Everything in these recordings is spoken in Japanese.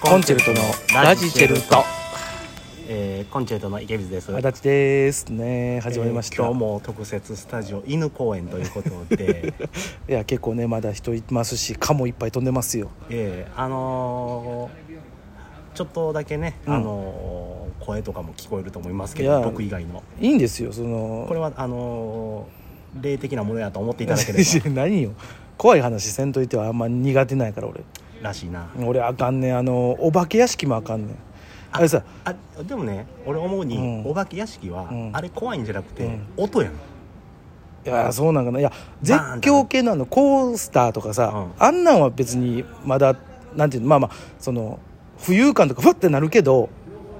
コンチェルトのラジチェルトえー、コンチェルトの池水です足立ですね始まりました、えー今日も特設スタジオ犬公園ということ で、いや結構ねまだ人いますし蚊もいっぱい飛んでますよえー、あのー、ちょっとだけね、うんあのー声とかも聞こえると思いますけいどや僕以外のいいんですよそのこれはあのー霊的なものやと思っていただけれ ば何よ怖い話せんといてはあんま苦手ないから俺らしいな俺あかんねんあのお化け屋敷もあかんねんあれさあでもね俺思うに、うんお化け屋敷は、うんあれ怖いんじゃなくて、うん音やんいやそうなんかないや絶叫系のあのコースターとかさ、あんなんは別にまだなんていうのまあまあその浮遊感とかふわってなるけど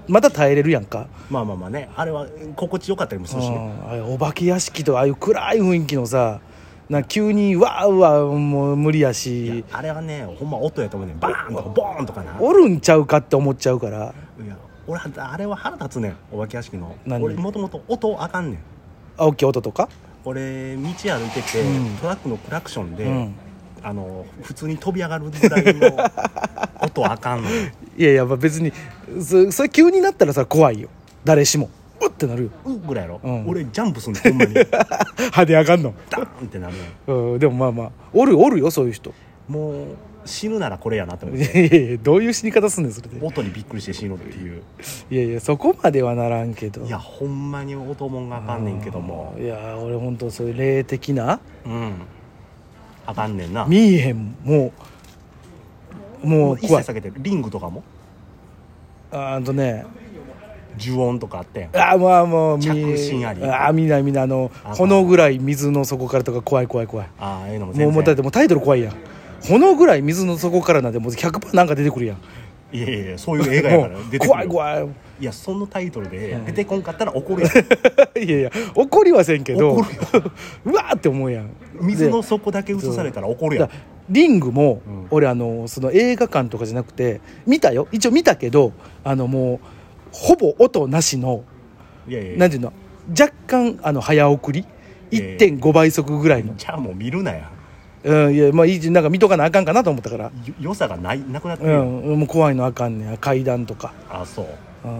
まだ耐えれるやんか、まあまあまあねあれは心地よかったりもすうるしね、ん、あれお化け屋敷とかああいう暗い雰囲気のさなんか急にわーわーもう無理いややしあれはねほんま音やと思うねんバーンとかボーンとかなおるんちゃうかって思っちゃうからいや俺はあれは腹立つねんお化け屋敷の何俺もともと音あかんねん青木音とか、俺道歩いてて、うんトラックのクラクションで、うんあの普通に飛び上がるぐらいの 音あかんのよいやいやまあ別にそそれ急になったらさ怖いよ誰しもうってなるよ うぐらいやろ、うん俺ジャンプすんのほんまにダ派手上がんの、ーンってなるねんうん、でもまあまあおるおるよそういう人 もう死ぬならこれやなと思っいてやいやいやどういう死に方すんねんそれで音にびっくりして死ぬっていういやいやそこまではならんけどいやほんまに音もんがあかんねんけどもいや俺本当そういう霊的なうんあかんねんな見えへんもうももうう一怖切い下げてるリングとかもああとね呪音とかあったやんああまあもう見着信ありああ見ない見ないあのあ炎ぐらい水の底からとか怖い怖い怖いああいうのも全もう然もうだってもうタイトル怖いやん炎ぐらい水の底からなんてもう100%なんか出てくるやんいやいやいやそういう映画やからもう出てくる怖い怖い いやそのタイトルで出てこんかったら怒るやんいやいや怒りはせんけどう怒わるよーって 思うやん水の底だけ映されたら怒るやだんからリングも、うん俺あのその映画館とかじゃなくて見たよ一応見たけどあのもうほぼ音なしのいやいやいなやんていうの若干あの早送りええ1.5倍速ぐらいの、じゃあもう見るなやうん、いやまあいいなんか見とかなあかんかなと思ったから、よ良さがないなくなってうるやんん、もう怖いのあかんねん階段とか、あそううん、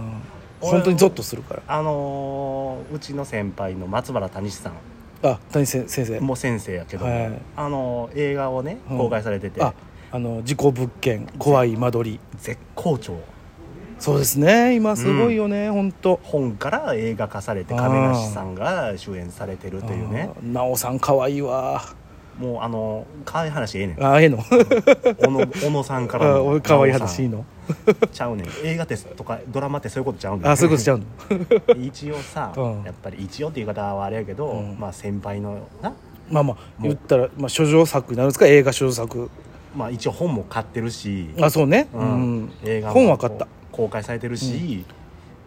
俺本当にゾッとするかあのーうちの先輩の松原谷志さんらあ谷先先生もう先生やけどはいあのー映画をねうん公開されててああの事故物件怖い間取り絶好調そうですね今すごいよね、本当本から映画化されて亀梨さんが主演されてるというねあーなおさん可愛いわもうあのー可愛い話ええねんあええの小野小野さんからあの俺 可愛い話いいのちゃうねん映画ってとかドラマってそういうことちゃうねんあそういうことちゃうの 一応さ、うんやっぱり一応っていう言い方はあれやけど、うんまあ先輩のなまあまあ言ったら、まあ、諸女作になるんですか映画諸女作まあ一応本も買ってるし、あそうねう、うんん映画も本は買った公開されてるし、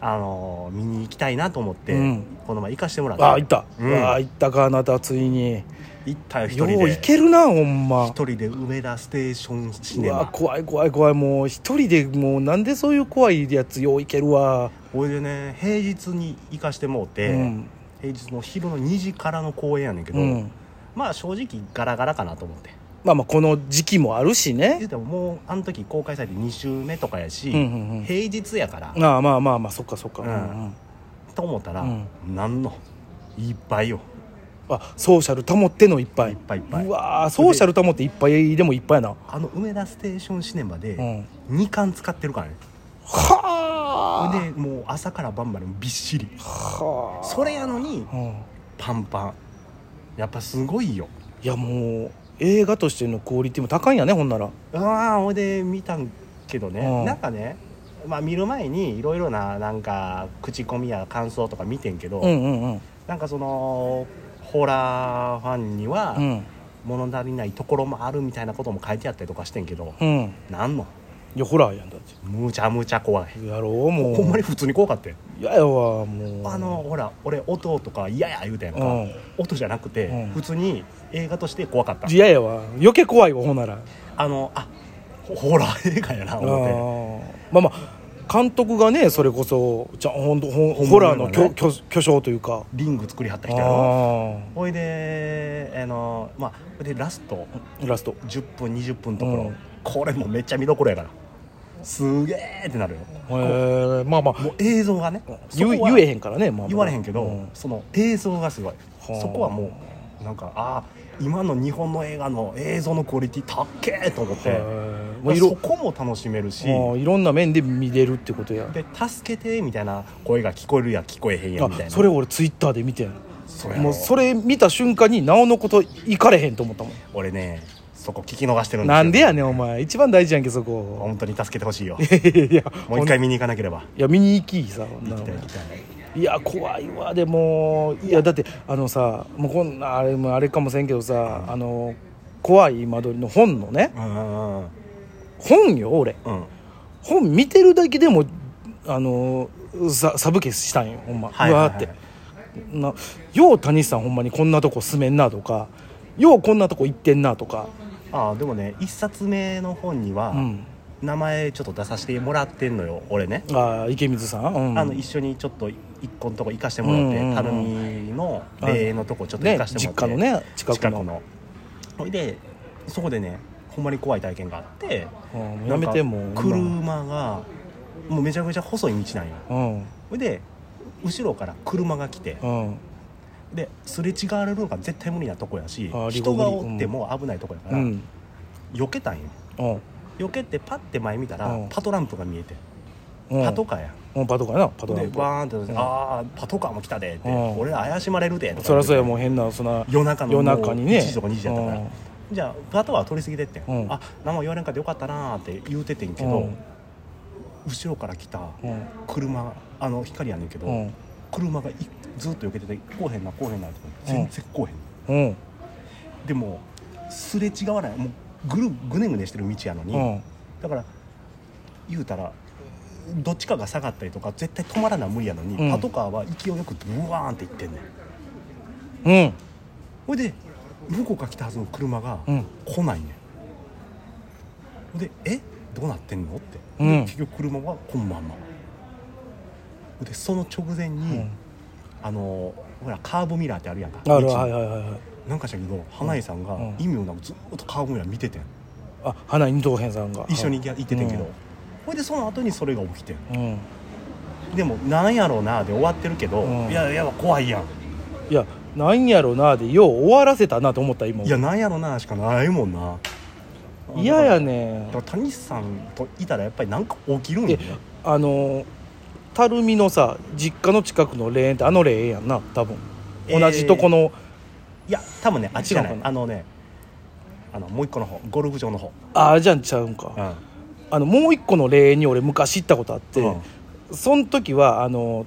あのー見に行きたいなと思って、うんこの前行かしてもらってあ行った、うんあ行ったかあなたついに行ったよ一よ人でう行けるなほんま一人で梅田ステーションシうネわマ怖い怖い怖いもう一人でもうなんでそういう怖いやつよう行けるわ、ほいでね平日に行かしてもうて、うん平日の昼の2時からの公演やねんけど、うんまあ正直ガラガラかなと思ってまあまあこの時期もあるし言ねうてももうあの時公開されて2週目とかやし、うんうんうん平日やから、ああまあまあまあそっかそっか、うんと思ったら、うんなんのいっぱいよあソーシャル保ってのいっぱいいっぱいいっぱいうわーソーシャル保っていっぱいでもいっぱいやなあの梅田ステーションシネマうでん2巻使ってるからね、はあでもう朝から晩までびっしりはそれやのにあ、うん、パンパンやっぱすごいよいやもう映画としてのクオリティも高いんやねほんならああほいで見たんけどね、うんなんかねまあ見る前にいろいろななんか口コミや感想とか見てんけど、うんうんうんなんかそのホラーファンには、うん物足りないところもあるみたいなことも書いてあったりとかしてんけど、うんなんのいやホラーやんだっむちゃむちゃ怖いてやろうもうほんまに普通に怖かったよ嫌やわもうあのほら俺音とか嫌や言うたやんか、うん音じゃなくて、うん普通に映画として怖かった嫌やわ余計怖いわほんならあのあほホラー映画やなあ思ってーまあまあ監督がねそれこそじゃほんとほん本物ホラーののね巨巨巨匠というかリング作りはったあ人やろーほいであのまあでラストラスト10分20分のところ、うんこれもめっちゃ見どころやからすげえってなるよへえまあまあもう映像がねそ言こは言えへんからね、まあまあ言われへんけど、うその映像がすごい、はあそこはもうなんかああ今の日本の映画の映像のクオリティたっけーと思って、へえもういろそこも楽しめるしああいろんな面で見れるってことやで助けてみたいな声が聞こえるや聞こえへんやみたいあなそれ俺ツイッターで見てんそれやろもうそれ見た瞬間になおのこと行かれへんと思ったもん俺ねそこ聞き逃してるんですよなんでやねんお前一番大事やんけそこ本当に助けてほしいよ いやいやもう一回見に行かなければいや見に行きさ行きたいな行きたいいや怖いわでもいやだってあのさもうこんなあれもあれかもせんけどさ、あの怖い間取りの本のねうんうんうん本よ俺うん本見てるだけでもあのさサブケしたんよほんま、はいはいはいうわーってなよう谷さんほんまにこんなとこ住めんなとかようこんなとこ行ってんなとかああでもね一冊目の本には、うん名前ちょっと出させてもらってんのよ俺ね、あー池水さん、うん、あの一緒にちょっと一個のとこ行かしてもらって、うんうんうん垂水の霊のとこちょっと行ねかして実もら家って、のね近く近のくのほいでそこでねほんまに怖い体験があってうんやめてもなうんか車がもうめちゃくちゃ細い道なんようんほいで後ろから車が来てうんですれ違われるのが絶対無理なとこやしあーリゴ人ブリがおっても危ないとこやかうら、ん避けたんようん避けてパッて前見たら、うんパトランプが見えて、うんパトカーやうんパトカーやなパトカでーバーンって出て、うんああパトカーも来たでって、うん俺ら怪しまれるでとかそりゃそうやもうう変なそんな夜中の夜中にね1時とか2時やったから、じゃあパトカーは通り過ぎてって、うんあ何も言われんかってよかったなーって言うててんけど、うん後ろから来たうんうん車あの光やねんけど、うん車がいずっと避けててこうへんなこうへんなってうん全然こうへん、うんでもすれ違わないもうぐるぐねぐねしてる道やのに、うんだから言うたらどっちかが下がったりとか絶対止まらな無理やのに、うんパトカーは勢いよくブワーンっていってんねんうんほいで向こうから来たはずの車がうん来ないねんほいで「えどうなってんの?」って、うんで結局車はこんまんまほいでその直前に、うんあのほらカーブミラーってあるやんかあ道るにはいはいはいはいなんかしたけど花井さんがうん意味もなくずっとカーブミラー見ててんあ花井二等辺さんが一緒に行っててんけど、うんほいでその後にそれが起きてんうんでも「なんやろうな」で終わってるけど、うんいやいや怖いやんいやなんやろなでよう終わらせたなと思った今いやなんやろうなしかないもんな嫌やねねだから谷さんといたらやっぱりなんか起きるんやえねあの垂水のさ実家の近くの霊園ってあの霊園やんな多分えー同じとこの、いや多分ねあっちじゃな違ういかなあのねあのもう一個の方ゴルフ場の方、ああじゃんちゃうんか、うん、あのもう一個の霊園に俺昔行ったことあって、うんその時はあの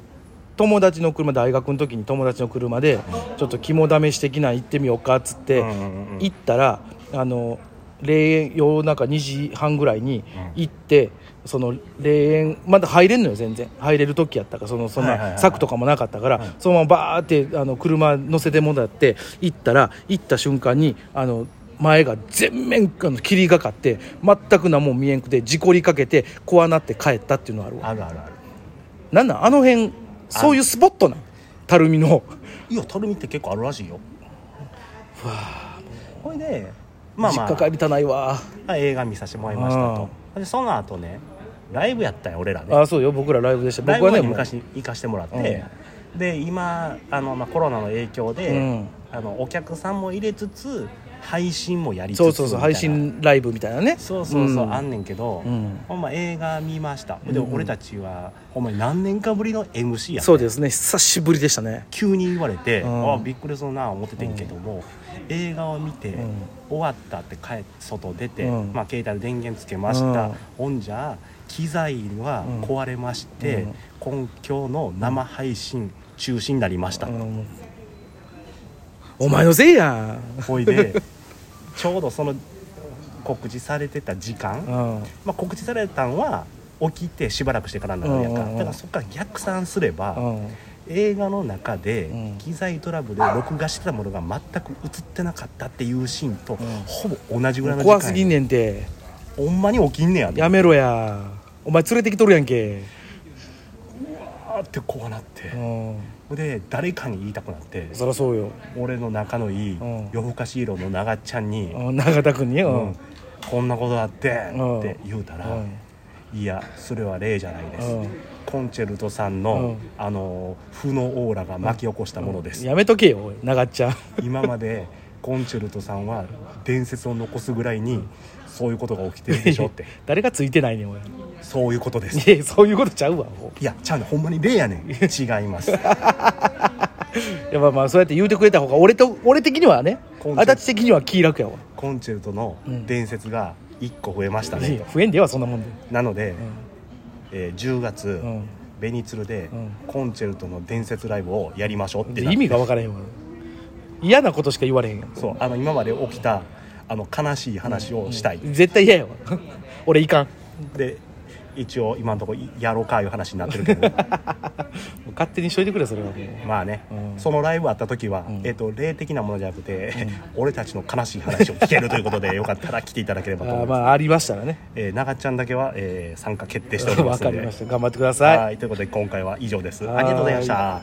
友達の車大学の時に友達の車でちょっと肝試し的なん行ってみようかっつって、うんうんうん行ったらあの霊園夜中2時半ぐらいに行って、その霊園まだ入れんのよ全然入れる時やったからそのそんはいはいはいはない柵とかもなかったから、うんそのままバーってあの車乗せてもらって行ったら行った瞬間にあの前が全面あの霧がかって全く何も見えんくて事故りかけて怖なって帰ったっていうのあるわあるあるあるなんなんあの辺そういうスポットなん垂水のいやたるみって結構あるらしいよほいでまあま実家帰ありたないわ、映画見させてもらいましたとでその後ねライブやったんよ俺らねあそうよ僕らライブでしたライ僕ブははねねもう昔行かしてもらって、で今あの、まあ、コロナの影響で、うんあのお客さんも入れつつ配信もやりつつそうそうそうみたい配な信ライブみたいなねそうそうそう、んあんねんけど、うんほんま映画見ましたで、うん俺たちはほんまに何年かぶりの MC やそうですね久しぶりでしたね急に言われて、うんあびっくりするな思っててんけども、映画を見て、ん終わったって帰って外出て、うんまあ、携帯で電源つけました、うんほんじゃ機材は壊れまして、うん今今日の生配信中止になりました、うんお前のせいやほいで ちょうどその告知されてた時間、んうんまあ、告知されたんは起きてしばらくしてからなのやから、うんうんうんだからそこから逆算すれば、うん映画の中でうん機材トラブルで録画してたものが全く映ってなかったっていうシーンと、ほぼ同じぐらいの時間や怖すぎんねんてほんまに起きんねやでやめろやお前連れてきとるやんけあーってこうなってう、んで誰かに言いたくなってそりゃそうよ俺の仲のいいうん夜更かし色の長っちゃんに、うん永田君にううんんこんなことあって」うんって言うたら、うんいやそれは例じゃないです、うんコンチェルトさんの、あの負のオーラが巻き起こしたものです、やめとけよおい長っちゃん今までコンチェルトさんは伝説を残すぐらいにそういうことが起きてるでしょって 誰がついてないねんおいそういうことですいやそういうことちゃうわもいやちゃうねんほんまに例やねん違い ますうやっぱまあそうやって言うてくれた方が俺と俺的にはね今週足立的には気楽やわコンチェルトの伝説が1個増えましたいねや、増えんでええわそんなもんでなので、んえー10月、んベニツルで、んコンチェルトの伝説ライブをやりましょうってでな意味が分からへんわ嫌なことしか言われへんやんそうあの今まで起きたあの悲しい話をしたい、絶対嫌やわ 俺いかんで一応今のところやろうかいう話になってるけ どもう勝手にしといてくれそれはもうまあね、うんそのライブあった時は、えっと霊的なものじゃなくて、 俺たちの悲しい話を聞けるということでよかったら来ていただければと思あーいまます、あありましたらねえー長っちゃんだけは、えー参加決定しておりま分 すのかでりました頑張ってくださいはいということで今回は以上ですはいありがとうございました